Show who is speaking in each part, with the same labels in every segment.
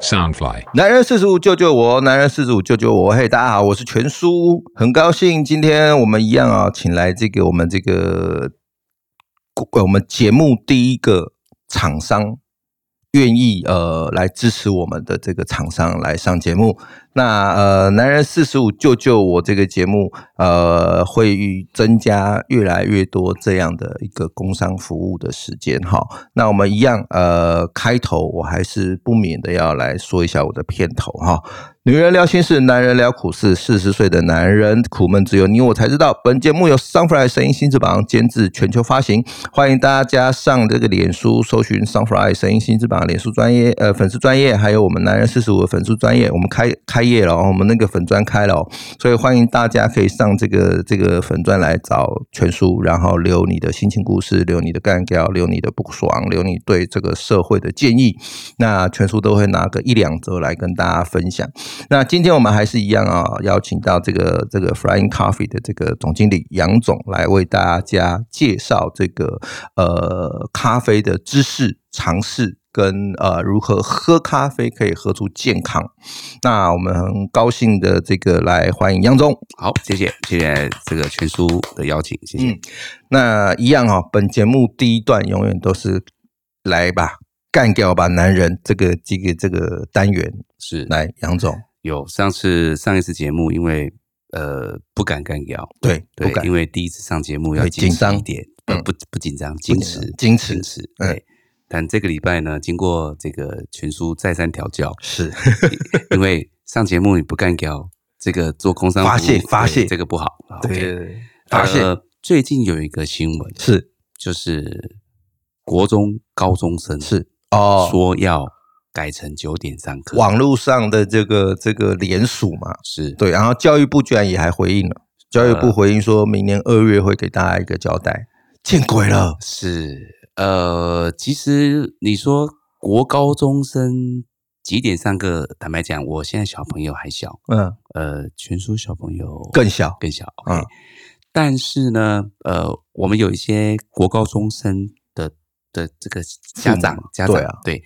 Speaker 1: Soundfly。
Speaker 2: 男人四十五救救我，男人四十五救救我！嘿，大家好，我是全叔，很高兴今天我们一样啊，请来这个我们这个我们节目第一个厂商愿意呃来支持我们的这个厂商来上节目。那呃，男人四十五救救我这个节目呃会增加越来越多这样的一个工商服务的时间哈。那我们一样，呃，开头我还是不免的要来说一下我的片头哈。女人聊心事，男人聊苦事。四十岁的男人苦闷只有你我才知道。本节目由 Sunfly 声音新翅膀监制，全球发行。欢迎大家上这个脸书搜寻 Sunfly 声音新翅膀脸书专业呃粉丝专业，还有我们男人四十五的粉丝专业，我们开开业了哦，我们那个粉专开了哦，所以欢迎大家可以上这个这个粉专来找全书，然后留你的心情故事，留你的干掉，留你的不爽，留你对这个社会的建议。那全书都会拿个一两折来跟大家分享。那今天我们还是一样啊、邀请到这个这个 Flying Coffee 的这个总经理杨总来为大家介绍这个呃咖啡的知识、尝试跟呃如何喝咖啡可以喝出健康。那我们很高兴的这个来欢迎杨总。
Speaker 3: 好，谢谢，谢谢这个全叔的邀请，谢谢。
Speaker 2: 嗯那一样哦，本节目第一段永远都是来吧，干掉吧男人这个这个这个单元。
Speaker 3: 是
Speaker 2: 来，杨总，
Speaker 3: 有上次上一次节目，因为呃不敢干聊，
Speaker 2: 对，
Speaker 3: 对
Speaker 2: 不，敢
Speaker 3: 因为第一次上节目要
Speaker 2: 对
Speaker 3: 紧
Speaker 2: 紧张
Speaker 3: 张一点，呃
Speaker 2: 嗯
Speaker 3: 不不紧张，矜持，
Speaker 2: 矜持
Speaker 3: 矜持，
Speaker 2: 嗯
Speaker 3: 对。但这个礼拜呢，经过这个全叔再三调教，
Speaker 2: 是
Speaker 3: 因为上节目你不干聊，这个做工商
Speaker 2: 发
Speaker 3: 服务
Speaker 2: 泄发
Speaker 3: 对
Speaker 2: 泄
Speaker 3: 这个不好。OK，
Speaker 2: 对，发现
Speaker 3: 呃最近有一个新闻，
Speaker 2: 是
Speaker 3: 就是国中高中生
Speaker 2: 是哦，
Speaker 3: 说要改成九点上课，
Speaker 2: 网络上的这个这个联署嘛，
Speaker 3: 是
Speaker 2: 对，然后教育部居然也还回应了，教育部回应说明年二月会给大家一个交代，见鬼了，
Speaker 3: 是，呃，其实你说国高中生几点上课？坦白讲，我现在小朋友还小，
Speaker 2: 嗯，
Speaker 3: 呃，全叔小朋友
Speaker 2: 更小，
Speaker 3: 更小，OK、
Speaker 2: 嗯
Speaker 3: 但是呢，呃，我们有一些国高中生的的这个家
Speaker 2: 母
Speaker 3: 长，家长
Speaker 2: 对啊
Speaker 3: 对，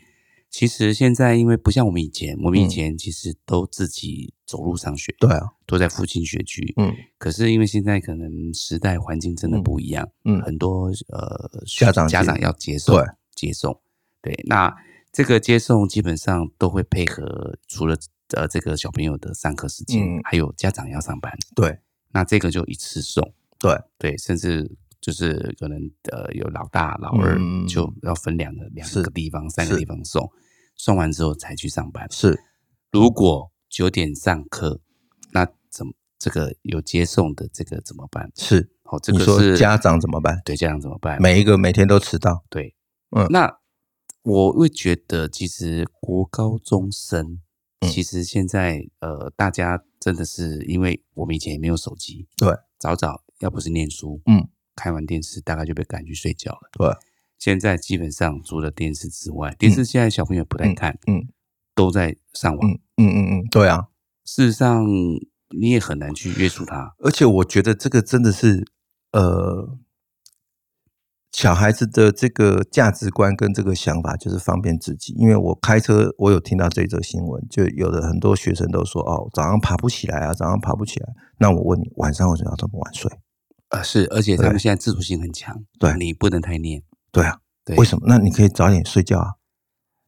Speaker 3: 其实现在因为不像我们以前，我们以
Speaker 2: 嗯
Speaker 3: 前其实都自己走路上学，
Speaker 2: 对啊，
Speaker 3: 都在附近学区，
Speaker 2: 嗯，
Speaker 3: 可是因为现在可能时代环境真的不一样，
Speaker 2: 嗯嗯
Speaker 3: 很多呃
Speaker 2: 家长
Speaker 3: 家
Speaker 2: 接
Speaker 3: 长要接送，
Speaker 2: 对
Speaker 3: 接送，对，那这个接送基本上都会配合除了呃这个小朋友的上课时间，
Speaker 2: 嗯
Speaker 3: 还有家长要上班，
Speaker 2: 对
Speaker 3: 那这个就一次送，
Speaker 2: 对
Speaker 3: 对，甚至就是可能呃有老大老二、
Speaker 2: 嗯
Speaker 3: 就要分两个两
Speaker 2: 是
Speaker 3: 个地方三个
Speaker 2: 是
Speaker 3: 地方送，送完之后才去上班，
Speaker 2: 是，
Speaker 3: 如果九点上课，那怎么这个有接送的这个怎么办？
Speaker 2: 是，
Speaker 3: 哦，这
Speaker 2: 你
Speaker 3: 个
Speaker 2: 说
Speaker 3: 是
Speaker 2: 家长怎么办？
Speaker 3: 对家长怎么办？
Speaker 2: 每一个每天都迟到，
Speaker 3: 对，
Speaker 2: 嗯
Speaker 3: 那我会觉得其实国高中生。
Speaker 2: 嗯
Speaker 3: 其实现在，呃，大家真的是因为我们以前也没有手机，
Speaker 2: 对，
Speaker 3: 早早要不是念书，
Speaker 2: 嗯，
Speaker 3: 看完电视大概就被赶去睡觉了。
Speaker 2: 对，
Speaker 3: 现在基本上除了电视之外，电视现在小朋友不太看，
Speaker 2: 嗯，
Speaker 3: 都在上网。
Speaker 2: 嗯嗯嗯嗯，对啊，
Speaker 3: 事实上，你也很难去约束他。
Speaker 2: 而且我觉得这个真的是，呃，小孩子的这个价值观跟这个想法就是方便自己。因为我开车，我有听到这则新闻，就有的很多学生都说，哦，早上爬不起来啊，早上爬不起来。那我问你，晚上为什么要这么晚睡？
Speaker 3: 呃，是，而且他
Speaker 2: 对
Speaker 3: 们现在自主性很强，
Speaker 2: 对
Speaker 3: 你不能太念。
Speaker 2: 对啊，
Speaker 3: 对，
Speaker 2: 为什么？那你可以早点睡觉啊。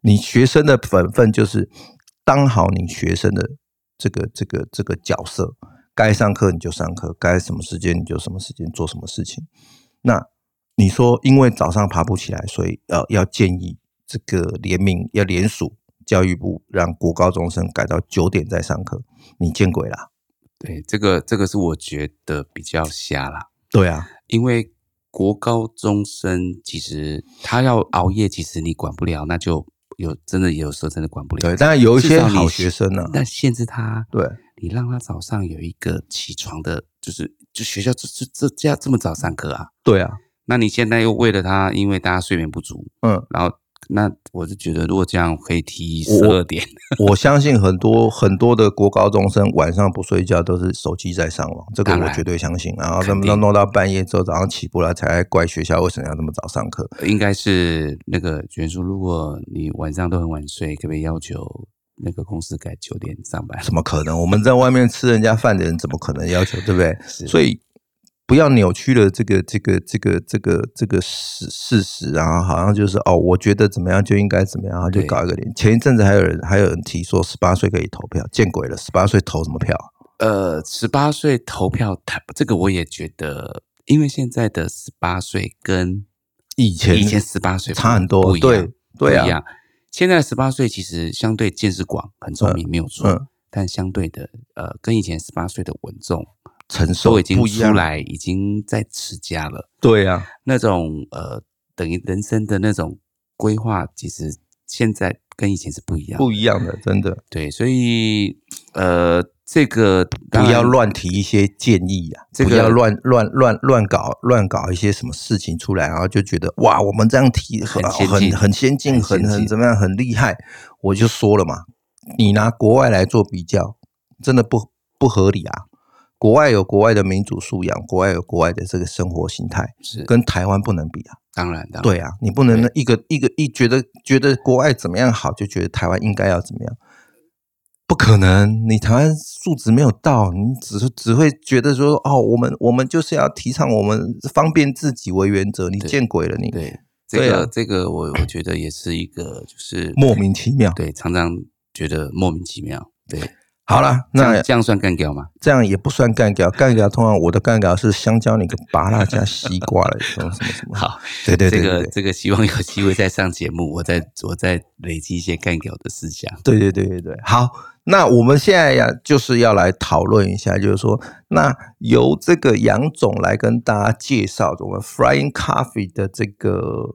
Speaker 2: 你学生的本分就是当好你学生的这个这个这个角色，该上课你就上课，该什么时间你就什么时间做什么事情。那你说，因为早上爬不起来，所以呃要建议这个联名要联署教育部，让国高中生改到九点再上课，你见鬼啦！
Speaker 3: 对，这个这个是我觉得比较瞎啦，
Speaker 2: 对啊，
Speaker 3: 因为国高中生其实他要熬夜，其实你管不了，那就有真的有时候真的管不了。
Speaker 2: 对，当然有一
Speaker 3: 至
Speaker 2: 些
Speaker 3: 少你
Speaker 2: 好学生呢、啊，
Speaker 3: 那限制他，
Speaker 2: 对，
Speaker 3: 你让他早上有一个起床的，就是就学校这这这这样这么早上课啊？
Speaker 2: 对啊，
Speaker 3: 那你现在又为了他，因为大家睡眠不足，
Speaker 2: 嗯，
Speaker 3: 然后那我是觉得，如果这样可以提
Speaker 2: 我
Speaker 3: 十二点，
Speaker 2: 我相信很多很多的国高中生晚上不睡觉都是手机在上网，这个
Speaker 3: 当
Speaker 2: 我
Speaker 3: 然
Speaker 2: 绝对相信。然后他
Speaker 3: 肯
Speaker 2: 们
Speaker 3: 定
Speaker 2: 都弄到半夜之后，早上起不来才怪学校为什么要这么早上课。
Speaker 3: 应该是那个袁叔，如果你晚上都很晚睡，可不可以要求那个公司改九点上班，
Speaker 2: 怎么可能？我们在外面吃人家饭的人，怎么可能要求，对不对？
Speaker 3: 是
Speaker 2: 所以不要扭曲了这个这个这个这个这个事事实啊，好像就是哦，我觉得怎么样就应该怎么样，然后就
Speaker 3: 对
Speaker 2: 搞一个脸。前一阵子还有人还有人提说十八岁可以投票，见鬼了，十八岁投什么票？啊
Speaker 3: 呃，十八岁投票，他这个我也觉得，因为现在的十八岁跟
Speaker 2: 以前
Speaker 3: 以前十八岁
Speaker 2: 差很多
Speaker 3: 不一样
Speaker 2: 对对
Speaker 3: 不一
Speaker 2: 啊，
Speaker 3: 样。现在十八岁其实相对见识广，很聪明，没有错。
Speaker 2: 嗯
Speaker 3: 但相对的，呃，跟以前十八岁的稳重
Speaker 2: 成熟
Speaker 3: 都已经
Speaker 2: 不一
Speaker 3: 出
Speaker 2: 样，
Speaker 3: 来，已经在持家了。
Speaker 2: 对啊，
Speaker 3: 那种呃，等于人生的那种规划，其实现在跟以前是不一样的。
Speaker 2: 不一样的，真的
Speaker 3: 对，所以呃，这个
Speaker 2: 不要
Speaker 3: 乱。
Speaker 2: 乱提一些建议啊，
Speaker 3: 这个
Speaker 2: 不要乱乱乱乱搞乱搞一些什么事情出来，然后就觉得哇，我们这样提很
Speaker 3: 很先
Speaker 2: 很
Speaker 3: 进
Speaker 2: 很先进，
Speaker 3: 很先
Speaker 2: 很
Speaker 3: 进
Speaker 2: 很怎么样，很厉害。我就说了嘛，你拿国外来做比较，真的不不合理啊。国外有国外的民主素养，国外有国外的这个生活形态，
Speaker 3: 是
Speaker 2: 跟台湾不能比啊。
Speaker 3: 当然的，当然
Speaker 2: 对啊，你不能一个一个一觉得觉得国外怎么样好，就觉得台湾应该要怎么样，不可能。你台湾素质没有到，你只是只会觉得说哦，我们我们就是要提倡我们方便自己为原则，你
Speaker 3: 对
Speaker 2: 见鬼了你，
Speaker 3: 对，这
Speaker 2: 对啊
Speaker 3: 个、这个我我觉得也是一个就是
Speaker 2: 莫名其妙。
Speaker 3: 对，常常觉得莫名其妙。对，
Speaker 2: 好了，
Speaker 3: 这
Speaker 2: 那
Speaker 3: 样这样算干掉吗？
Speaker 2: 这样也不算干掉，干掉通常我的干掉是香蕉，你个拔辣加西瓜了，什么什么什么。
Speaker 3: 好，
Speaker 2: 对对对
Speaker 3: 这
Speaker 2: 对
Speaker 3: 个这个希望有机会再上节目，我再我再累积一些干掉的事项。
Speaker 2: 对对对对对，好，那我们现在呀，就是要来讨论一下，就是说，那由这个杨总来跟大家介绍我们 Flying Coffee 的这个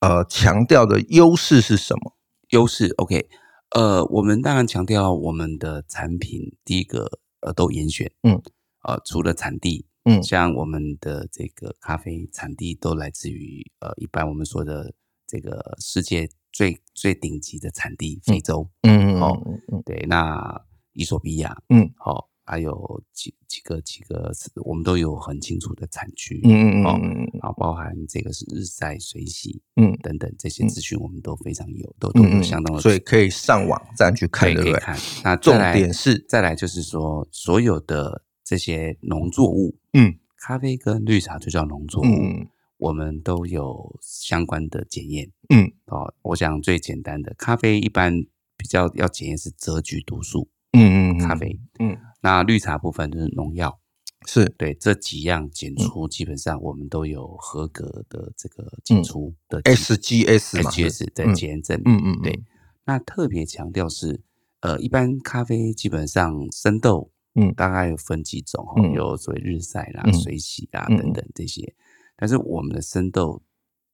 Speaker 2: 呃强调的优势是什么？
Speaker 3: 优势，OK，呃，我们当然强调我们的产品，第一个呃都严选，
Speaker 2: 嗯，
Speaker 3: 呃，除了产地，
Speaker 2: 嗯
Speaker 3: 像我们的这个咖啡产地都来自于呃，一般我们说的这个世界最最顶级的产地非洲，
Speaker 2: 嗯
Speaker 3: 好
Speaker 2: 嗯嗯
Speaker 3: 对，那伊索比亚，
Speaker 2: 嗯，
Speaker 3: 好、还有几几个几个，我们都有很清楚的产区，
Speaker 2: 嗯嗯
Speaker 3: 好
Speaker 2: 嗯嗯
Speaker 3: 然后包含这个是日晒、水洗
Speaker 2: 嗯
Speaker 3: 等等这些资讯，我们都非常有，都都
Speaker 2: 嗯
Speaker 3: 有
Speaker 2: 嗯，
Speaker 3: 相当的，
Speaker 2: 所以可以上网站去看，
Speaker 3: 对
Speaker 2: 对
Speaker 3: 可
Speaker 2: 不
Speaker 3: 以
Speaker 2: 对？
Speaker 3: 看。那再
Speaker 2: 重
Speaker 3: 来
Speaker 2: 点是，
Speaker 3: 再来就是说，所有的这些农作物，
Speaker 2: 嗯，
Speaker 3: 咖啡跟绿茶就叫农作物，
Speaker 2: 嗯
Speaker 3: 我们都有相关的检验。
Speaker 2: 嗯
Speaker 3: 哦，我想最简单的咖啡一般比较要检验是折菊毒素
Speaker 2: 嗯嗯，
Speaker 3: 咖，啡，
Speaker 2: 嗯
Speaker 3: 那绿茶部分就是农药。
Speaker 2: 是，
Speaker 3: 对这几样检
Speaker 2: 嗯
Speaker 3: 出，基本上我们都有合格的这个检出的
Speaker 2: SGS 嗯嘛
Speaker 3: SGS
Speaker 2: 嗯
Speaker 3: 的检验证。
Speaker 2: 嗯嗯，
Speaker 3: 对，那特别强调是，呃，一般咖啡基本上生豆，
Speaker 2: 嗯
Speaker 3: 大概有分几种哦
Speaker 2: 嗯
Speaker 3: 有所谓日晒啦、
Speaker 2: 嗯
Speaker 3: 水洗啦
Speaker 2: 嗯嗯
Speaker 3: 等等这些。但是我们的生豆，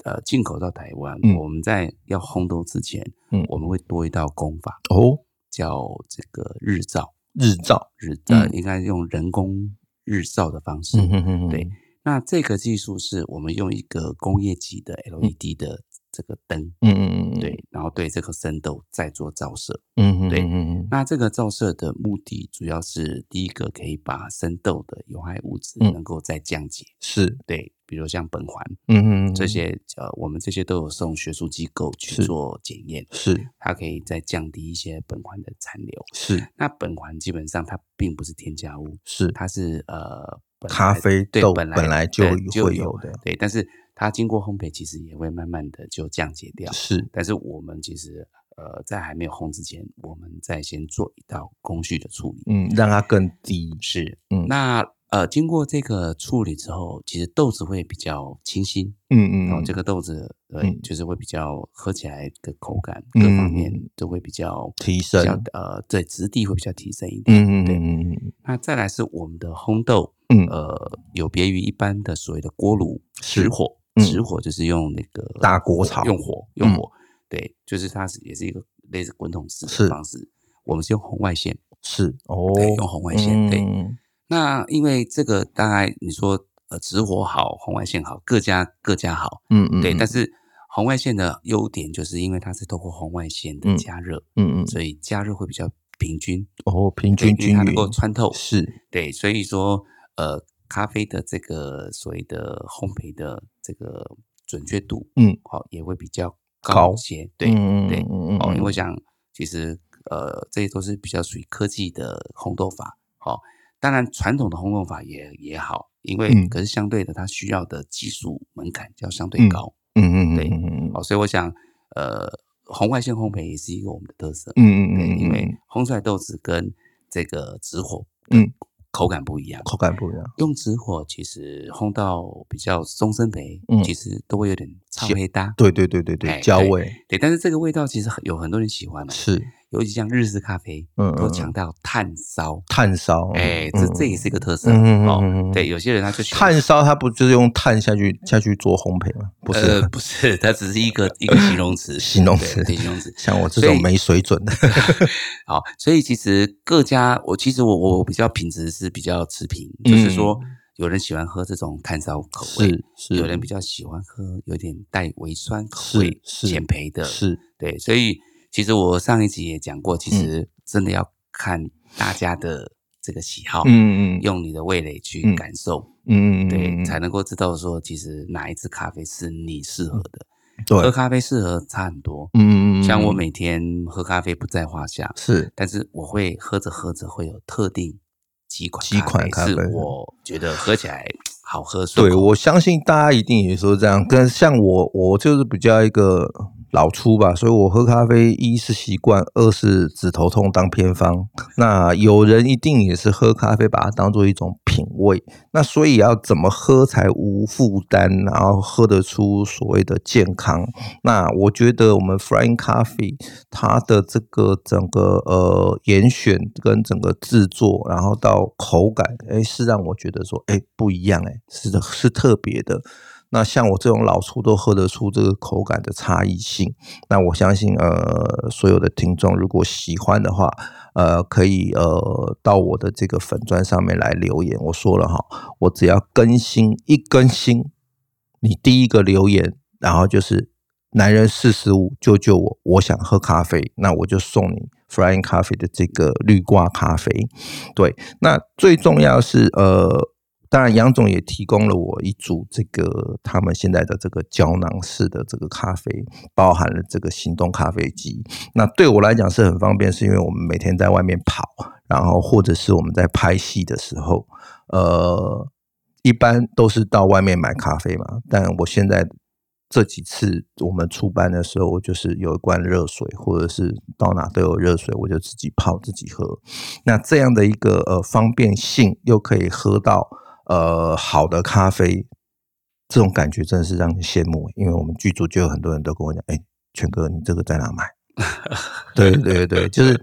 Speaker 3: 呃，进口到台湾，
Speaker 2: 嗯
Speaker 3: 我们在要烘豆之前，
Speaker 2: 嗯
Speaker 3: 我们会多一道工法，
Speaker 2: 哦，
Speaker 3: 叫这个日照，
Speaker 2: 日照，
Speaker 3: 日呃，
Speaker 2: 嗯
Speaker 3: 应该用人工日照的方式，
Speaker 2: 嗯嗯嗯，
Speaker 3: 对，那这个技术是我们用一个工业级的 LED 的这个灯，
Speaker 2: 嗯嗯嗯，，
Speaker 3: 对，然后对这个生豆再做照射。
Speaker 2: 嗯嗯嗯嗯。
Speaker 3: 那这个照射的目的主要是第一个可以把生豆的有害物质
Speaker 2: 嗯
Speaker 3: 能够再降解，
Speaker 2: 是，
Speaker 3: 对，比如像苯环
Speaker 2: 嗯嗯，
Speaker 3: 这些，呃，我们这些都有送学术机构去
Speaker 2: 是
Speaker 3: 做检验，
Speaker 2: 是
Speaker 3: 它可以再降低一些苯环的残留。
Speaker 2: 是
Speaker 3: 那苯环基本上它并不是添加物，
Speaker 2: 是，
Speaker 3: 它是呃本
Speaker 2: 咖
Speaker 3: 来
Speaker 2: 啡
Speaker 3: 对
Speaker 2: 豆
Speaker 3: 本来
Speaker 2: 本来就
Speaker 3: 对就
Speaker 2: 会
Speaker 3: 有
Speaker 2: 有的，
Speaker 3: 对，但是它经过烘焙，其实也会慢慢的就降解掉。
Speaker 2: 是
Speaker 3: 但是我们其实呃，在还没有烘之前，我们再先做一道工序的处理。
Speaker 2: 嗯，让它更低，
Speaker 3: 是，
Speaker 2: 嗯
Speaker 3: 那呃，经过这个处理之后，其实豆子会比较清新，
Speaker 2: 嗯嗯，
Speaker 3: 然后这
Speaker 2: 个
Speaker 3: 个豆子呃，
Speaker 2: 嗯
Speaker 3: 就是会比较喝起来的口感各方面
Speaker 2: 嗯
Speaker 3: 都会比较
Speaker 2: 提
Speaker 3: 比较
Speaker 2: 升，
Speaker 3: 呃，对质地会比较提升一点。
Speaker 2: 嗯嗯嗯嗯
Speaker 3: 那再来是我们的烘豆，
Speaker 2: 嗯
Speaker 3: 呃，有别于一般的所谓的锅炉
Speaker 2: 是
Speaker 3: 直火，
Speaker 2: 嗯
Speaker 3: 直火就是用那个
Speaker 2: 大锅炒嗯
Speaker 3: 用火用火，对，就是它是也是一个类似滚筒式
Speaker 2: 是
Speaker 3: 的方式。我们是用红外线，
Speaker 2: 是哦，
Speaker 3: 对，用红外线，对。
Speaker 2: 嗯
Speaker 3: 那因为这个大概你说呃直火好，红外线好，各家各家好，
Speaker 2: 嗯
Speaker 3: 对。但是红外线的优点就是因为它是透过红外线的
Speaker 2: 嗯
Speaker 3: 加热，
Speaker 2: 嗯嗯
Speaker 3: 所以加热会比较平均，
Speaker 2: 哦，平
Speaker 3: 对
Speaker 2: 均均
Speaker 3: 因为它
Speaker 2: 匀
Speaker 3: 能够穿透，
Speaker 2: 是，
Speaker 3: 对，所以说呃，咖啡的这个所谓的烘焙的这个准确度，
Speaker 2: 嗯，
Speaker 3: 好、也会比较
Speaker 2: 高
Speaker 3: 高一些，对，
Speaker 2: 嗯
Speaker 3: 对，
Speaker 2: 嗯
Speaker 3: 哦，因为我想其实呃，这些都是比较属于科技的烘豆法。好、当然传统的烘豆法也也好，因为、
Speaker 2: 嗯
Speaker 3: 可是相对的，它需要的技术门槛要相
Speaker 2: 嗯
Speaker 3: 对高。
Speaker 2: 嗯嗯嗯
Speaker 3: 对哦
Speaker 2: 嗯嗯
Speaker 3: 好、所以我想，呃，红外线烘焙也是一个我们的特色。
Speaker 2: 嗯嗯
Speaker 3: 对，
Speaker 2: 嗯，
Speaker 3: 因为烘出来豆子跟这个直火，
Speaker 2: 嗯，
Speaker 3: 口感不一样。
Speaker 2: 口感不一样，
Speaker 3: 用直火其实烘到比较中深焙，
Speaker 2: 嗯
Speaker 3: 其实都会有点超
Speaker 2: 焦
Speaker 3: 黑搭。
Speaker 2: 对对对对对，
Speaker 3: 哎
Speaker 2: 焦
Speaker 3: 对
Speaker 2: 味
Speaker 3: 对，但是这个味道其实很有很多人喜欢嘛，
Speaker 2: 是
Speaker 3: 尤其像日式咖啡，
Speaker 2: 嗯
Speaker 3: 都
Speaker 2: 嗯
Speaker 3: 强调炭烧，
Speaker 2: 炭烧，
Speaker 3: 哎，
Speaker 2: 嗯
Speaker 3: 这这也是一个特色
Speaker 2: 嗯嗯嗯嗯嗯
Speaker 3: 哦。对，有些人他就喜欢
Speaker 2: 炭烧它不就是用炭下去下去做烘焙吗？不是
Speaker 3: 呃，不是，它只是一个一个形容 词，
Speaker 2: 形容词
Speaker 3: 对对形容词。
Speaker 2: 像我这
Speaker 3: 所
Speaker 2: 种
Speaker 3: 以
Speaker 2: 没水准 的，
Speaker 3: 好，所以其实各家，我其实我我我比较品质是比较持平，就是说有人喜欢喝这种炭烧口味，
Speaker 2: 嗯是
Speaker 3: 有人比较喜欢喝有点带微酸口味、
Speaker 2: 是是
Speaker 3: 浅焙的，
Speaker 2: 是嗯
Speaker 3: 对。所以其实我上一集也讲过，其实真的要看大家的这个喜好，
Speaker 2: 嗯嗯
Speaker 3: 用你的味蕾去
Speaker 2: 嗯
Speaker 3: 感受，
Speaker 2: 嗯嗯
Speaker 3: 对，
Speaker 2: 嗯
Speaker 3: 才能够知道说其实哪一支咖啡是你适合的。
Speaker 2: 嗯对
Speaker 3: 喝咖啡适合差很多，
Speaker 2: 嗯嗯
Speaker 3: 呃像我每天喝咖啡不在话下，
Speaker 2: 是
Speaker 3: 但是我会喝着喝着会有特定几款
Speaker 2: 几款咖啡
Speaker 3: 是我觉得喝起来好喝顺
Speaker 2: 对，
Speaker 3: 口。
Speaker 2: 我相信大家一定也是这样。跟像我，我就是比较一个老粗吧，所以我喝咖啡一是习惯，二是止头痛当偏方。那有人一定也是喝咖啡，把它当做一种品味。那所以要怎么喝才无负担，然后喝得出所谓的健康？那我觉得我们 Flying Coffee 它的这个整个呃严选跟整个制作，然后到口感，哎，是让我觉得说，哎，不一样，哎，是的，是特别的。那像我这种老厨都喝得出这个口感的差异性，那我相信呃所有的听众如果喜欢的话，呃可以呃到我的这个粉砖上面来留言。我说了哈，我只要更新一更新，你第一个留言，然后就是男人四十五救救我，我想喝咖啡，那我就送你 Flying Coffee 的这个绿挂咖啡。对，那最重要是呃。当然，杨总也提供了我一组这个他们现在的这个胶囊式的这个咖啡，包含了这个行动咖啡机。那对我来讲是很方便，是因为我们每天在外面跑，然后或者是我们在拍戏的时候，呃，一般都是到外面买咖啡嘛，但我现在这几次我们出班的时候，我就是有一罐热水，或者是到哪都有热水，我就自己泡自己喝。那这样的一个呃方便性，又可以喝到呃好的咖啡，这种感觉真的是让人羡慕。欸因为我们剧组就有很多人都跟我讲，哎、全哥，你这个在哪买？ 对对对，就是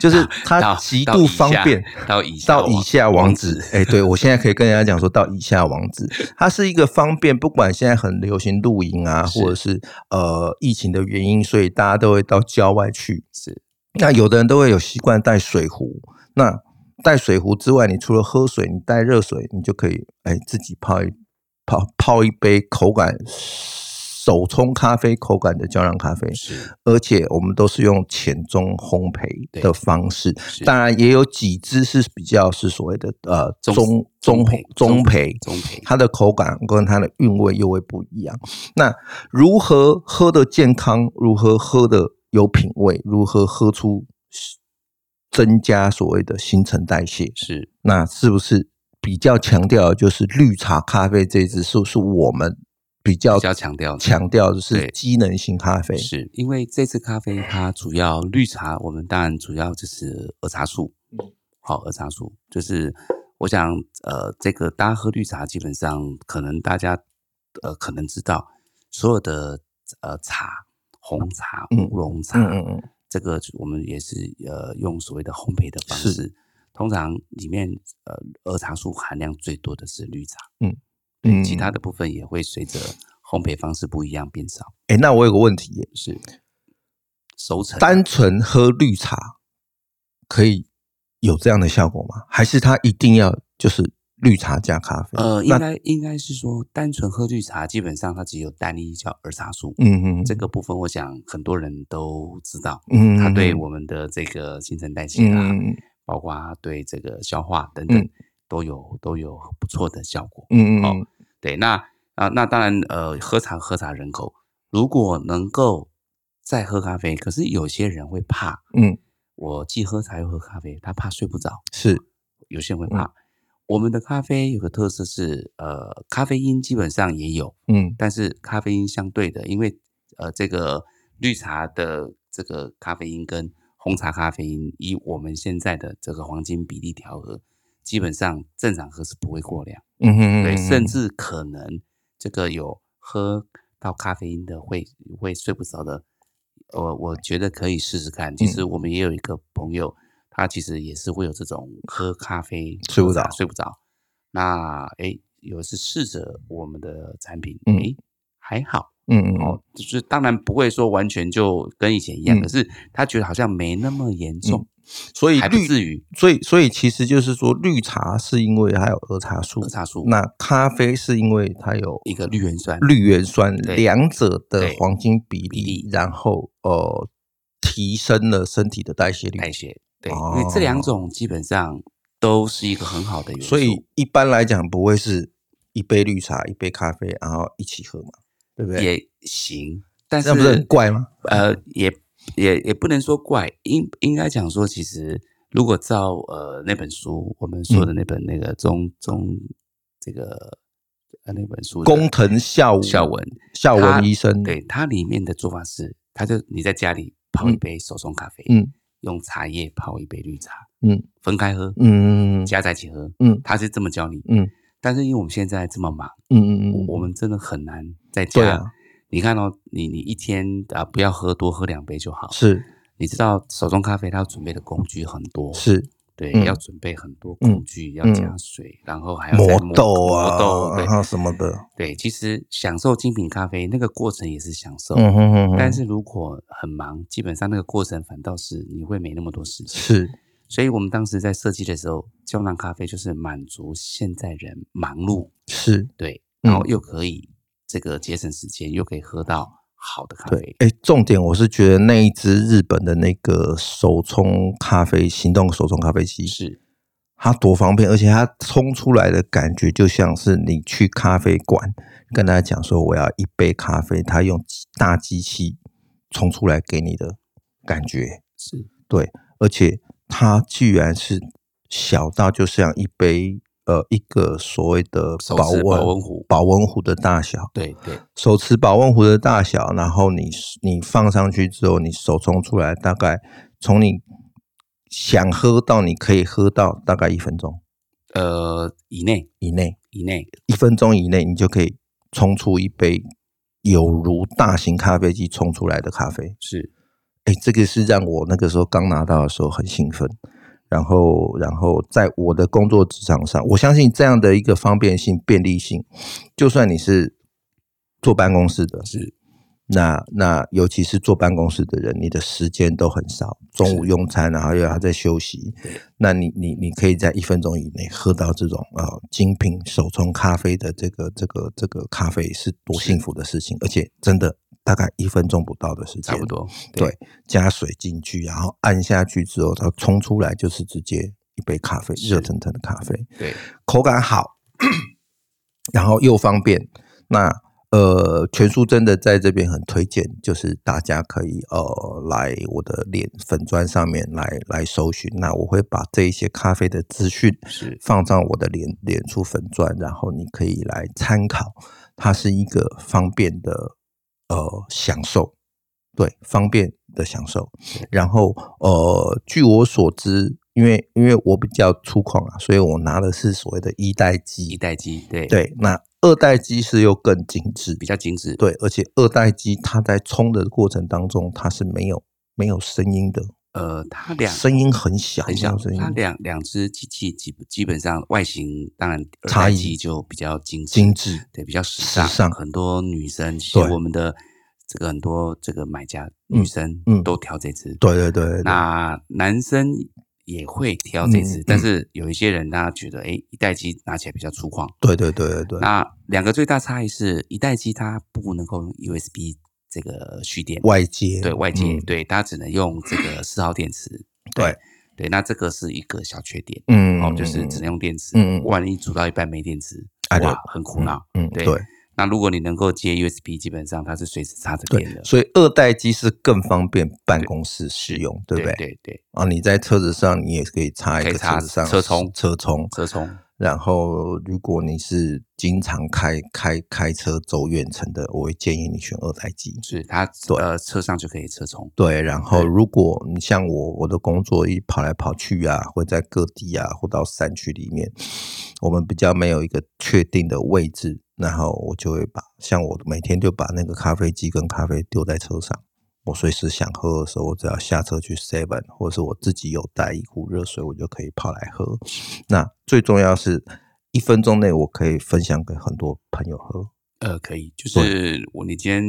Speaker 2: 就是它
Speaker 3: 到
Speaker 2: 极
Speaker 3: 到
Speaker 2: 度
Speaker 3: 以
Speaker 2: 方
Speaker 3: 下
Speaker 2: 便，
Speaker 3: 到以下
Speaker 2: 到以
Speaker 3: 网
Speaker 2: 下网
Speaker 3: 网
Speaker 2: 址
Speaker 3: 址，
Speaker 2: 哎、对我现在可以跟人家讲说到以下网址，它是一个方便，不管现在很流行露营啊，
Speaker 3: 是
Speaker 2: 或者是呃疫情的原因，所以大家都会到郊外去。
Speaker 3: 是
Speaker 2: 那有的人都会有习惯带水壶，那带水壶之外，你除了喝水，你带热水，你就可以哎、自己泡一泡泡一杯口感手冲咖啡口感的胶囊咖啡，
Speaker 3: 是
Speaker 2: 而且我们都是用浅中烘焙的
Speaker 3: 对
Speaker 2: 方式，
Speaker 3: 是
Speaker 2: 当然也有几只是比较是所谓的呃中
Speaker 3: 中
Speaker 2: 中
Speaker 3: 中
Speaker 2: 烘中
Speaker 3: 焙中
Speaker 2: 培，
Speaker 3: 中培
Speaker 2: 它的口感跟它的韵味又会不一样。那如何喝的健康，如何喝的有品味，如何喝出增加所谓的新陈代谢，
Speaker 3: 是
Speaker 2: 那是不是比较强调的就是绿茶咖啡这一支是是我们比较
Speaker 3: 比较强调的
Speaker 2: 强调的是
Speaker 3: 对
Speaker 2: 机能型咖啡，
Speaker 3: 是因为这次咖啡它主要绿茶，我们当然主要就是儿茶素，
Speaker 2: 嗯
Speaker 3: 好、儿茶素就是我想呃，这个大家喝绿茶基本上可能大家呃可能知道所有的呃茶，红茶、
Speaker 2: 嗯
Speaker 3: 乌龙茶，
Speaker 2: 嗯嗯嗯，
Speaker 3: 这个我们也是呃用所谓的烘焙的方
Speaker 2: 是
Speaker 3: 式，通常里面呃儿茶素含量最多的是绿茶，
Speaker 2: 嗯
Speaker 3: 对，
Speaker 2: 嗯
Speaker 3: 其他的部分也会随着烘焙方式不一样变少。
Speaker 2: 哎、那我有个问题耶、
Speaker 3: 是熟成
Speaker 2: 单纯喝绿茶可以有这样的效果吗？还是它一定要就是绿茶加咖啡？
Speaker 3: 呃，
Speaker 2: 那
Speaker 3: 应该应该是说，单纯喝绿茶，基本上它只有单一叫儿茶素。
Speaker 2: 嗯嗯，
Speaker 3: 这个部分，我想很多人都知道，
Speaker 2: 嗯，
Speaker 3: 它对
Speaker 2: 嗯
Speaker 3: 我们的这个新陈代谢啊，
Speaker 2: 嗯
Speaker 3: 包括对这个消化等等
Speaker 2: 嗯，
Speaker 3: 都有都有不错的效果。
Speaker 2: 嗯
Speaker 3: 好
Speaker 2: 嗯
Speaker 3: 对，那啊、那当然，呃，喝茶喝茶人口，如果能够再喝咖啡，可是有些人会怕，
Speaker 2: 嗯
Speaker 3: 我既喝茶又喝咖啡，他怕睡不着，
Speaker 2: 是
Speaker 3: 有些人会怕。我们的咖啡有个特色是，呃，咖啡因基本上也有，
Speaker 2: 嗯
Speaker 3: 但是咖啡因相对的，因为呃，这个绿茶的这个咖啡因跟红茶咖啡因，以我们现在的这个黄金比例调和，基本上正常喝是不会过量，
Speaker 2: 嗯哼
Speaker 3: 对，甚至可能这个有喝到咖啡因的会会睡不着的，我我觉得可以试试看。其
Speaker 2: 嗯
Speaker 3: 实我们也有一个朋友，他其实也是会有这种喝咖啡
Speaker 2: 睡不
Speaker 3: 喝茶
Speaker 2: 着
Speaker 3: 睡不着。那诶，有一次试着我们的产品，
Speaker 2: 嗯
Speaker 3: 诶，还好。
Speaker 2: 嗯嗯
Speaker 3: 哦，就是当然不会说完全就跟以前一样，
Speaker 2: 嗯
Speaker 3: 可是他觉得好像没那么严重，
Speaker 2: 所以
Speaker 3: 还不
Speaker 2: 绿
Speaker 3: 至于
Speaker 2: 所以所以其实就是说绿茶是因为它有儿茶素
Speaker 3: 喝，茶素
Speaker 2: 那咖啡是因为它有
Speaker 3: 一个绿原酸。
Speaker 2: 绿原酸，
Speaker 3: 对
Speaker 2: 两者的
Speaker 3: 对
Speaker 2: 黄金比
Speaker 3: 比
Speaker 2: 例
Speaker 3: 例，
Speaker 2: 然后呃提升了身体的代谢率。
Speaker 3: 代谢。对，
Speaker 2: 哦
Speaker 3: 因为这两种基本上都是一个很好的元素。
Speaker 2: 所以一般来讲不会是一杯绿茶一杯咖啡，然后一起喝嘛，对不对？
Speaker 3: 也行，但
Speaker 2: 那不是很
Speaker 3: 是
Speaker 2: 怪吗？
Speaker 3: 呃，也也也不能说怪，应应该讲说，其实如果照呃那本书，我们
Speaker 2: 嗯
Speaker 3: 说的那本那个中中这个呃那本书的
Speaker 2: 工藤孝文，
Speaker 3: 孝文，
Speaker 2: 孝
Speaker 3: 他
Speaker 2: 文医生，
Speaker 3: 对它里面的做法是，他就你在家里泡一杯手冲咖啡，
Speaker 2: 嗯，
Speaker 3: 用茶叶泡一杯绿茶，
Speaker 2: 嗯，
Speaker 3: 分开喝，
Speaker 2: 嗯，嗯
Speaker 3: 加在一起喝，
Speaker 2: 嗯
Speaker 3: 他是这么教你，
Speaker 2: 嗯
Speaker 3: 但是因为我们现在这么忙，
Speaker 2: 嗯嗯嗯，
Speaker 3: 我我们真的很难在家。
Speaker 2: 对啊，
Speaker 3: 你看哦，你你一天啊，不要喝多喝两杯就好。
Speaker 2: 是
Speaker 3: 你知道手冲咖啡它要准备的工具很多，
Speaker 2: 是
Speaker 3: 对，
Speaker 2: 嗯
Speaker 3: 要准备很多工具，要加水，然后还要再
Speaker 2: 磨
Speaker 3: 磨
Speaker 2: 豆啊，
Speaker 3: 磨豆，对
Speaker 2: 然后什么的，
Speaker 3: 对。其实享受精品咖啡那个过程也是享受，
Speaker 2: 嗯哼哼哼，
Speaker 3: 但是如果很忙，基本上那个过程反倒是你会没那么多时间。
Speaker 2: 是
Speaker 3: 所以我们当时在设计的时候，胶囊咖啡就是满足现在人忙碌，
Speaker 2: 是，
Speaker 3: 对，
Speaker 2: 嗯
Speaker 3: 然后又可以这个节省时间，又可以喝到好的咖
Speaker 2: 对
Speaker 3: 啡，。
Speaker 2: 哎，重点我是觉得那一只日本的那个手冲咖啡行动手冲咖啡机，
Speaker 3: 是
Speaker 2: 它多方便，而且它冲出来的感觉就像是你去咖啡馆跟他讲说我要一杯咖啡，它用大机器冲出来给你的感觉，
Speaker 3: 是，
Speaker 2: 而且它居然是小到就像一杯呃一个所谓的
Speaker 3: 手
Speaker 2: 保温
Speaker 3: 持保温壶
Speaker 2: 保温壶的大小，
Speaker 3: 对对，
Speaker 2: 手持保温壶的大小，然后你你放上去之后，你手冲出来，大概从你想喝到你可以喝到大概一分钟
Speaker 3: 呃，以内
Speaker 2: 以内，
Speaker 3: 以内，
Speaker 2: 一分钟以内你就可以冲出一杯有如大型咖啡机冲出来的咖啡。
Speaker 3: 是
Speaker 2: 哎，这个是让我那个时候刚拿到的时候很兴奋。然后，然后在我的工作职场上，我相信这样的一个方便性、便利性，就算你是坐办公室的，
Speaker 3: 是
Speaker 2: 那那尤其是坐办公室的人，你的时间都很少，中午用餐，然后又要在休息，那你你你可以在一分钟以内喝到这种呃精品手冲咖啡的这个这个这个咖啡是多幸福的事情，而且真的大概一分钟不到的时间，
Speaker 3: 差不多，
Speaker 2: 对，加水进去，然后按下去之后，它冲出来就是直接一杯咖啡，
Speaker 3: 是
Speaker 2: 热腾腾的咖啡，
Speaker 3: 对，
Speaker 2: 口感好， 然后又方便。那呃，全书真的在这边很推荐，就是大家可以呃来我的脸粉砖上面来来搜寻。那我会把这一些咖啡的资讯
Speaker 3: 是
Speaker 2: 放到我的脸脸书粉砖，然后你可以来参考。它是一个方便的呃享受，对，方便的享受。然后呃，据我所知，因为因为我比较粗犷啊，所以我拿的是所谓的一代
Speaker 3: 一
Speaker 2: 机。
Speaker 3: 代机，对，
Speaker 2: 对，那二代机是又更精致
Speaker 3: 比，较精致，
Speaker 2: 对，而且二代机它在冲的过程当中，它是没有没有声音的，
Speaker 3: 呃，它两
Speaker 2: 声音很小，
Speaker 3: 很
Speaker 2: 没
Speaker 3: 小
Speaker 2: 有，声音
Speaker 3: 它两两只机器基基本上外形当然二
Speaker 2: 差
Speaker 3: 代
Speaker 2: 异
Speaker 3: 机就比较精致，
Speaker 2: 精致，
Speaker 3: 对，比较时
Speaker 2: 时
Speaker 3: 尚，
Speaker 2: 尚
Speaker 3: 很多女生，其实
Speaker 2: 对
Speaker 3: 我们的这个很多这个买家女生
Speaker 2: 嗯
Speaker 3: 都挑这只，
Speaker 2: 对对对对，对
Speaker 3: 那男生也会挑这只，
Speaker 2: 嗯
Speaker 3: 但是有一些人他觉得，哎，一代机拿起来比较粗犷。
Speaker 2: 对对对对对，
Speaker 3: 那两个最大差异是一代机它不能够用 USB 这个蓄电，
Speaker 2: 外接
Speaker 3: 对外接，
Speaker 2: 嗯
Speaker 3: 对它只能用这个四号电池。哎
Speaker 2: 对
Speaker 3: 对，那这个是一个小缺点，
Speaker 2: 嗯
Speaker 3: 哦哦，就是只能用电池，
Speaker 2: 嗯嗯嗯
Speaker 3: 万一煮到一半没电池，
Speaker 2: 哎对
Speaker 3: 哇，很苦恼。
Speaker 2: 嗯
Speaker 3: 对
Speaker 2: 对
Speaker 3: 那如果你能够接 USB，基本上它是随时插着电的
Speaker 2: 对，。所以二代机是更方便办公室使用，对不对？
Speaker 3: 对对，
Speaker 2: 啊，你在车子上你也可以插一
Speaker 3: 可以
Speaker 2: 个
Speaker 3: 插
Speaker 2: 车子上
Speaker 3: 车充
Speaker 2: 车充，
Speaker 3: 车充
Speaker 2: 然后，如果你是经常开开开车走远程的，我会建议你选二代机。
Speaker 3: 是它
Speaker 2: 对
Speaker 3: 呃车上就可以车充。
Speaker 2: 对，然后
Speaker 3: 对
Speaker 2: 如果你像我，我的工作一跑来跑去啊，会在各地啊，或到山区里面，我们比较没有一个确定的位置，然后我就会把像我每天就把那个咖啡机跟咖啡丢在车上，我随时想喝的时候，我只要下车去 Seven，或者是我自己有带一壶热水，我就可以泡来喝。那最重要是一分钟内我可以分享给很多朋友喝，
Speaker 3: 呃，可以，就是我你今天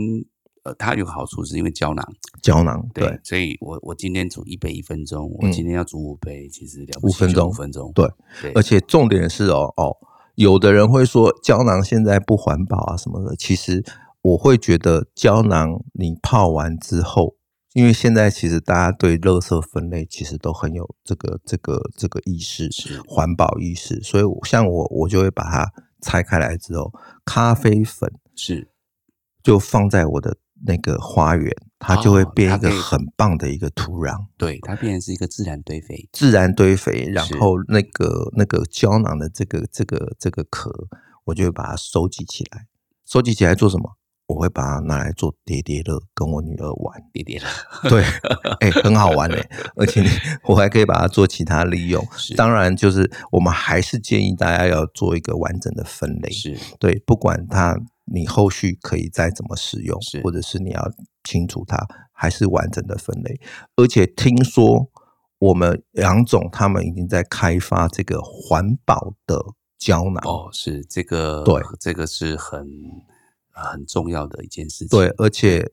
Speaker 3: 呃，它有个好处是因为胶囊，
Speaker 2: 胶囊对
Speaker 3: 所以我我今天煮一杯一分钟，我
Speaker 2: 嗯
Speaker 3: 今天要煮五杯，其实了不起
Speaker 2: 五分
Speaker 3: 就
Speaker 2: 钟
Speaker 3: 五分钟，
Speaker 2: 对
Speaker 3: 对，
Speaker 2: 而且重点是哦哦，有的人会说胶囊现在不环保啊什么的，其实我会觉得胶囊你泡完之后，因为现在其实大家对垃圾分类其实都很有这个这个这个意识，
Speaker 3: 是
Speaker 2: 环保意识，所以我像我我就会把它拆开来之后，咖啡粉
Speaker 3: 是
Speaker 2: 就放在我的那个花园，它就会
Speaker 3: 哦
Speaker 2: 变
Speaker 3: 它
Speaker 2: 一个
Speaker 3: 可以
Speaker 2: 很棒的一个土壤。
Speaker 3: 对，它变成是一个自然堆肥，
Speaker 2: 自然堆肥，然
Speaker 3: 是
Speaker 2: 后那个那个胶囊的这个这个这个壳，我就会把它收集起来。收集起来做什么？我会把它拿来做叠叠乐，跟我女儿玩。
Speaker 3: 叠叠了，
Speaker 2: 对，哎、很好玩哎、而 且你我还可以把它做其他利用。
Speaker 3: 是
Speaker 2: 当然，就是我们还是建议大家要做一个完整的分类。
Speaker 3: 是
Speaker 2: 对，不管它你后续可以再怎么使用
Speaker 3: 是，
Speaker 2: 或者是你要清楚它，还是完整的分类。而且听说我们杨总他们已经在开发这个环保的胶囊，
Speaker 3: 哦，是这个
Speaker 2: 对，
Speaker 3: 这个是很呃很重要的一件事情，
Speaker 2: 对，而且。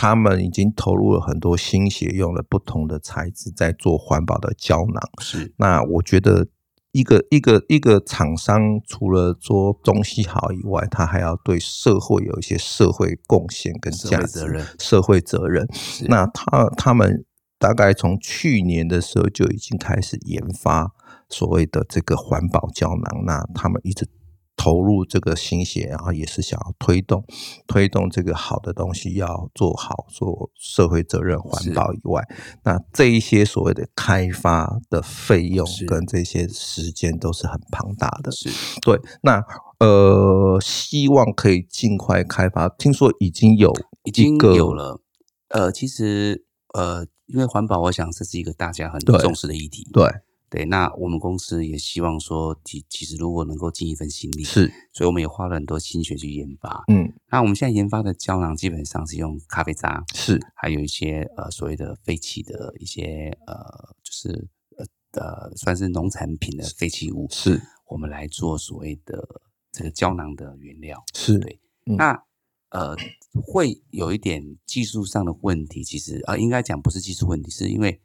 Speaker 2: 他们已经投入了很多心血，用了不同的材质在做环保的胶囊。
Speaker 3: 是
Speaker 2: 那我觉得一个一个一个厂商除了做东西好以外，他还要对社会有一些社会贡献跟
Speaker 3: 社
Speaker 2: 价
Speaker 3: 会
Speaker 2: 值、
Speaker 3: 责任
Speaker 2: 社会责任。
Speaker 3: 是
Speaker 2: 那他他们大概从去年的时候就已经开始研发所谓的这个环保胶囊，那他们一直投入这个心血，然后也是想要推动推动这个好的东西要做好，做社会责任环保以外，那这一些所谓的开发的费用
Speaker 3: 是
Speaker 2: 跟这些时间都是很庞大的。
Speaker 3: 是
Speaker 2: 对，那呃，希望可以尽快开发。听说已经有
Speaker 3: 已
Speaker 2: 一
Speaker 3: 经
Speaker 2: 个
Speaker 3: 有了，呃，其实呃，因为环保，我想这是一个大家很
Speaker 2: 对
Speaker 3: 重视的议题，
Speaker 2: 对
Speaker 3: 对，那我们公司也希望说，其其实如果能够尽一份心力，，
Speaker 2: 是
Speaker 3: 所以我们也花了很多心血去研发。
Speaker 2: 嗯
Speaker 3: 那我们现在研发的胶囊基本上是用咖啡渣，
Speaker 2: 是
Speaker 3: 还有一些呃所谓的废弃的一些呃就是呃呃算是农产品的废弃物，
Speaker 2: 是
Speaker 3: 我们来做所谓的这个胶囊的原料。
Speaker 2: 是
Speaker 3: 对
Speaker 2: 嗯
Speaker 3: 那呃，会有一点技术上的问题，其实呃，应该讲不是技术问题，是因为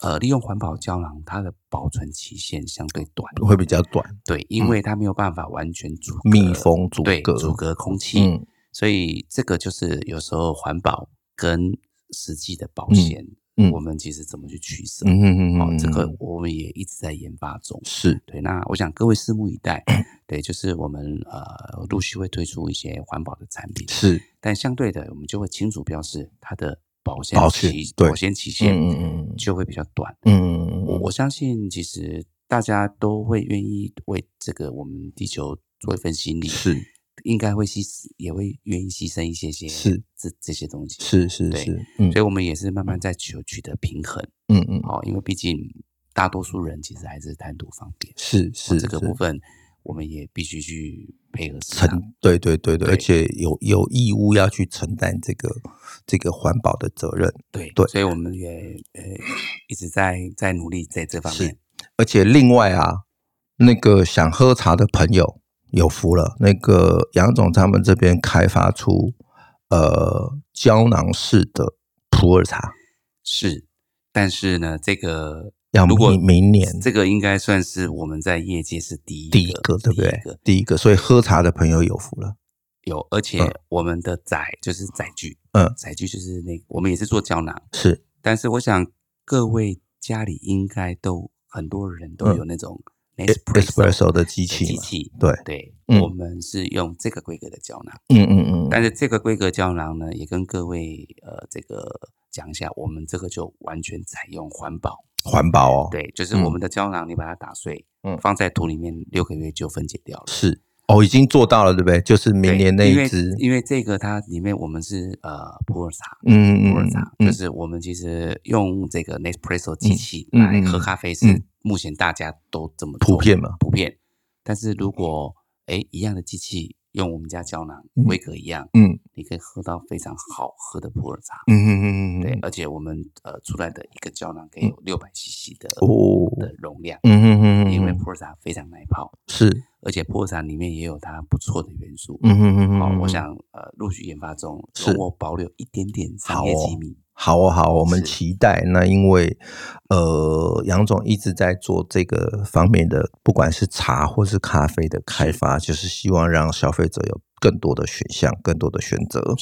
Speaker 3: 呃，利用环保胶囊，它的保存期限相对短，
Speaker 2: 会比较短，嗯
Speaker 3: 对，因为它没有办法完全阻隔
Speaker 2: 密封阻
Speaker 3: 呃对
Speaker 2: 隔，
Speaker 3: 阻隔空气，
Speaker 2: 嗯
Speaker 3: 所以这个就是有时候环保跟实际的保险，
Speaker 2: 嗯
Speaker 3: 我们其实怎么去取舍？
Speaker 2: 嗯嗯嗯
Speaker 3: 哦
Speaker 2: 嗯，，
Speaker 3: 这个我们也一直在研发中。
Speaker 2: 是
Speaker 3: 对，那我想各位拭目以 待。对，就是我们呃陆续会推出一些环保的产品，
Speaker 2: 是
Speaker 3: 但相对的，我们就会清楚标示它的保鲜
Speaker 2: 保险
Speaker 3: 期
Speaker 2: 对
Speaker 3: 保鲜
Speaker 2: 嗯
Speaker 3: 期限
Speaker 2: 嗯嗯嗯
Speaker 3: 就会比较短。
Speaker 2: 嗯嗯
Speaker 3: 我我相信，其实大家都会愿意为这个我们地球做一份心力，
Speaker 2: 是
Speaker 3: 应该会牺牲，也会愿意牺牲一些些
Speaker 2: 是
Speaker 3: 这这些东西。
Speaker 2: 是是
Speaker 3: 对
Speaker 2: 是，嗯
Speaker 3: 所以，我们也是慢慢在求取得平衡，
Speaker 2: 嗯嗯
Speaker 3: 哦，因为毕竟大多数人其实还是贪图方便，
Speaker 2: 是
Speaker 3: 哦
Speaker 2: 是
Speaker 3: 这个
Speaker 2: 是
Speaker 3: 部分，我们也必须去配合市场。
Speaker 2: 承对对对对，
Speaker 3: 对
Speaker 2: 而且有有义务要去承担这个这个环保的责任。
Speaker 3: 对
Speaker 2: 对
Speaker 3: 所以我们也呃一直在在努力在这方面。
Speaker 2: 而且另外啊，那个想喝茶的朋友有福了，那个杨总他们这边开发出呃胶囊式的普洱茶，
Speaker 3: 是但是呢，这个
Speaker 2: 要
Speaker 3: 如果
Speaker 2: 明明年
Speaker 3: 这个应该算是我们在业界是第一
Speaker 2: 第一个对不
Speaker 3: 第
Speaker 2: 对
Speaker 3: 一个？
Speaker 2: 第一个，所以喝茶的朋友有福了。
Speaker 3: 有，而且我们的载就是载具，
Speaker 2: 嗯
Speaker 3: 载具就是那我们也是做胶囊，
Speaker 2: 是
Speaker 3: 但是我想各位家里应该都很多人都
Speaker 2: 嗯
Speaker 3: 有那种 Nespresso 的
Speaker 2: espresso 的机器
Speaker 3: 机
Speaker 2: 嘛，
Speaker 3: 器，
Speaker 2: 对，
Speaker 3: 对，
Speaker 2: 嗯
Speaker 3: 我们是用这个规格的胶囊，
Speaker 2: 嗯嗯嗯，
Speaker 3: 但是这个规格胶囊呢，也跟各位呃这个讲一下，我们这个就完全采用环保，
Speaker 2: 环保哦，
Speaker 3: 对，就是我们的胶囊，你把它打碎，
Speaker 2: 嗯
Speaker 3: 放在土里面六个月就分解掉了。
Speaker 2: 是哦，已经做到了，对不对？就是明
Speaker 3: 对
Speaker 2: 年那一
Speaker 3: 因
Speaker 2: 只
Speaker 3: 为，因为这个它里面我们是呃普洱茶，
Speaker 2: 嗯嗯
Speaker 3: 普洱
Speaker 2: 嗯
Speaker 3: 茶，
Speaker 2: 嗯
Speaker 3: 就是我们其实用这个 Nespresso 机器
Speaker 2: 嗯
Speaker 3: 来
Speaker 2: 嗯嗯
Speaker 3: 喝咖啡，是目前大家都这么
Speaker 2: 普
Speaker 3: 做
Speaker 2: 遍嗯嘛，
Speaker 3: 普遍。但是如果哎一样的机器用我们家胶囊
Speaker 2: 嗯
Speaker 3: 规格一样，
Speaker 2: 嗯
Speaker 3: 你可以喝到非常好喝的普洱茶。
Speaker 2: 嗯嗯嗯嗯，
Speaker 3: 对
Speaker 2: 嗯，，
Speaker 3: 而且我们呃出来的一个胶囊可以有六百 CC 的
Speaker 2: 哦，
Speaker 3: 的容量，
Speaker 2: 嗯嗯嗯
Speaker 3: 因为
Speaker 2: 嗯，
Speaker 3: 普洱茶非常耐泡，
Speaker 2: 是，
Speaker 3: 而且普洱茶里面也有它不错的元素。
Speaker 2: 嗯嗯嗯
Speaker 3: 好，
Speaker 2: 嗯，
Speaker 3: 我想呃陆续研发中，
Speaker 2: 是
Speaker 3: 容我保留一点点商
Speaker 2: 好
Speaker 3: 业
Speaker 2: 哦
Speaker 3: 机密。
Speaker 2: 好哦，好哦，我们
Speaker 3: 是
Speaker 2: 期待。那因为呃，杨总一直在做这个方面的，不管是茶或是咖啡的开发，就是希望让消费者有更多的选项、更多的选择。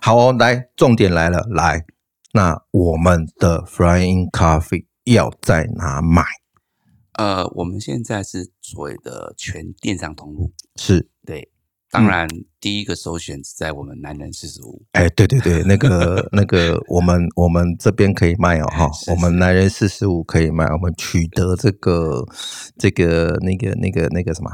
Speaker 2: 好哦，来，重点来了，来，那我们的 Flying Coffee 要在哪买？
Speaker 3: 呃，我们现在是所谓的全电商通路，
Speaker 2: 是。
Speaker 3: 对。当然，第一个首选是在我们南人四十五，
Speaker 2: 哎，对对对，那个那个，我们我们这边可以卖哦，哈，
Speaker 3: 是
Speaker 2: 我们男人四十五可以卖，我们取得这个这个那个那个那个什么，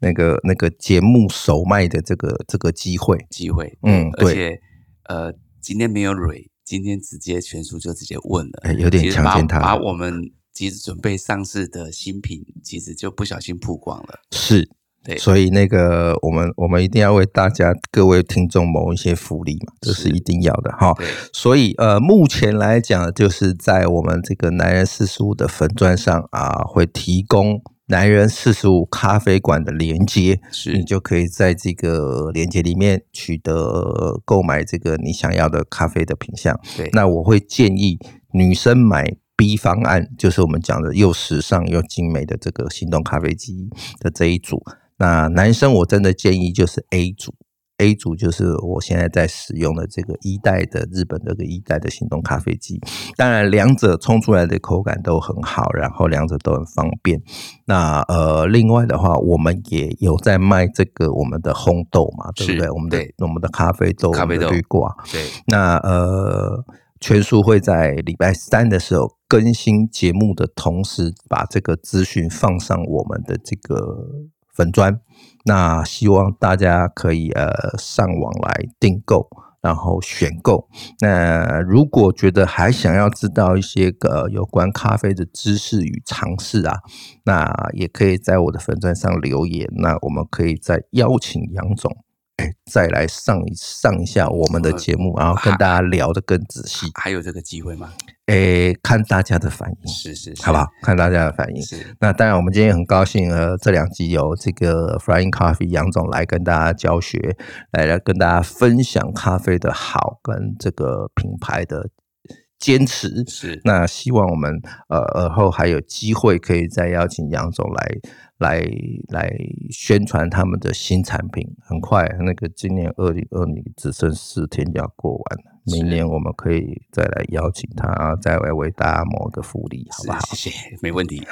Speaker 2: 那个那个节目首卖的这个这个机会，
Speaker 3: 机会，
Speaker 2: 嗯
Speaker 3: 而
Speaker 2: 对
Speaker 3: 且呃，今天没有蕊，今天直接全叔就直接问了，
Speaker 2: 哎有点
Speaker 3: 其实
Speaker 2: 强
Speaker 3: 把
Speaker 2: 奸他
Speaker 3: 把
Speaker 2: 了
Speaker 3: 我们其实准备上市的新品，其实就不小心曝光了，
Speaker 2: 是，
Speaker 3: 对
Speaker 2: 所以那个我们我们一定要为大家各位听众谋一些福利嘛，这是
Speaker 3: 是
Speaker 2: 一定要的哈。
Speaker 3: 对，
Speaker 2: 所以呃，目前来讲，就是在我们这个男人四十五的粉钻上啊，会提供男人四十五咖啡馆的连接，你
Speaker 3: 是
Speaker 2: 就可以在这个连接里面取得呃购买这个你想要的咖啡的品相。
Speaker 3: 对，
Speaker 2: 那我会建议女生买 B 方案，就是我们讲的又时尚又精美的这个心动咖啡机的这一组。那男生我真的建议就是 A 组，A 组就是我现在在使用的这个一代的日本这个一代的心动咖啡机。当然，两者冲出来的口感都很好，然后两者都很方便。那呃，另外的话，我们也有在卖这个我们的烘豆嘛，对不
Speaker 3: 是
Speaker 2: 对？我们的
Speaker 3: 对
Speaker 2: 我们的咖啡豆，
Speaker 3: 咖啡
Speaker 2: 我们的
Speaker 3: 豆
Speaker 2: 绿挂，
Speaker 3: 对，
Speaker 2: 那呃，全叔会在礼拜三的时候更新节目的同时，把这个资讯放上我们的这个粉砖。那希望大家可以呃上网来订购，然后选购。那如果觉得还想要知道一些个有关咖啡的知识与尝试啊，那也可以在我的粉砖上留言。那我们可以再邀请杨总。哎，再来上一上一下我们的节目，然后跟大家聊得更仔细。
Speaker 3: 还有这个机会吗？
Speaker 2: 哎，看大家的反应，
Speaker 3: 是是，是
Speaker 2: 好不好？？看大家的反应。
Speaker 3: 是
Speaker 2: 那当然，我们今天很高兴，呃，这两集有这个 Flying Coffee 杨总来跟大家教学，来来跟大家分享咖啡的好跟这个品牌的坚持。
Speaker 3: 是，
Speaker 2: 那希望我们呃而后还有机会可以再邀请杨总来来来宣传他们的新产品。很快，那个今年二零二零只剩四天就要过完了，
Speaker 3: 是
Speaker 2: 明年我们可以再来邀请他，再来为大家谋个福利，好不好？
Speaker 3: 是谢谢，没问题。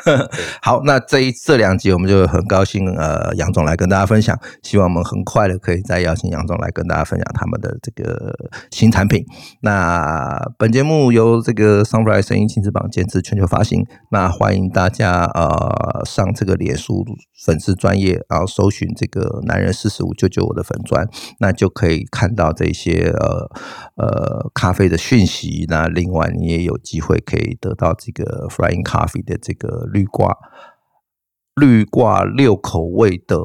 Speaker 2: 好，那这一这两集我们就很高兴，呃，杨总来跟大家分享，希望我们很快的可以再邀请杨总来跟大家分享他们的这个新产品。那本节目由这个 Sunfly 声音亲子榜监制，全球发行。那欢迎大家呃上这个脸书粉丝专业，然后搜寻这个“男人四十五救救我”的粉砖，那就可以看到这些呃呃咖啡的讯息。那另外，你也有机会可以得到这个 Flying Coffee 的这个绿挂绿挂六口味的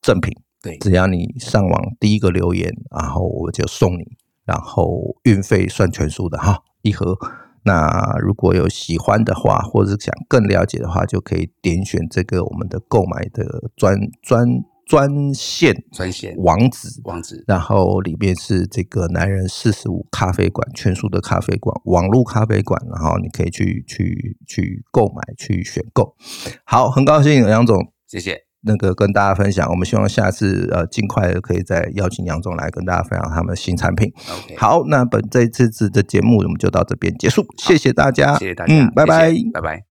Speaker 2: 赠品。
Speaker 3: 对，
Speaker 2: 只要你上网第一个留言，然后我就送你，然后运费算全数的哈，一盒。那如果有喜欢的话，或者是想更了解的话，就可以点选这个我们的购买的专专专线
Speaker 3: 专线
Speaker 2: 网址，
Speaker 3: 网址
Speaker 2: 然后里面是这个男人四十五咖啡馆，全数的咖啡馆，网络咖啡馆，然后你可以去去去购买去选购。好，很高兴杨总
Speaker 3: 谢谢，
Speaker 2: 那个跟大家分享，我们希望下次呃尽快可以再邀请杨总来跟大家分享他们的新产品。
Speaker 3: OK，，
Speaker 2: 好，那本这一次的节目我们就到这边结束，谢谢大家，
Speaker 3: 谢谢大家，
Speaker 2: 嗯，拜拜。
Speaker 3: 谢谢拜拜。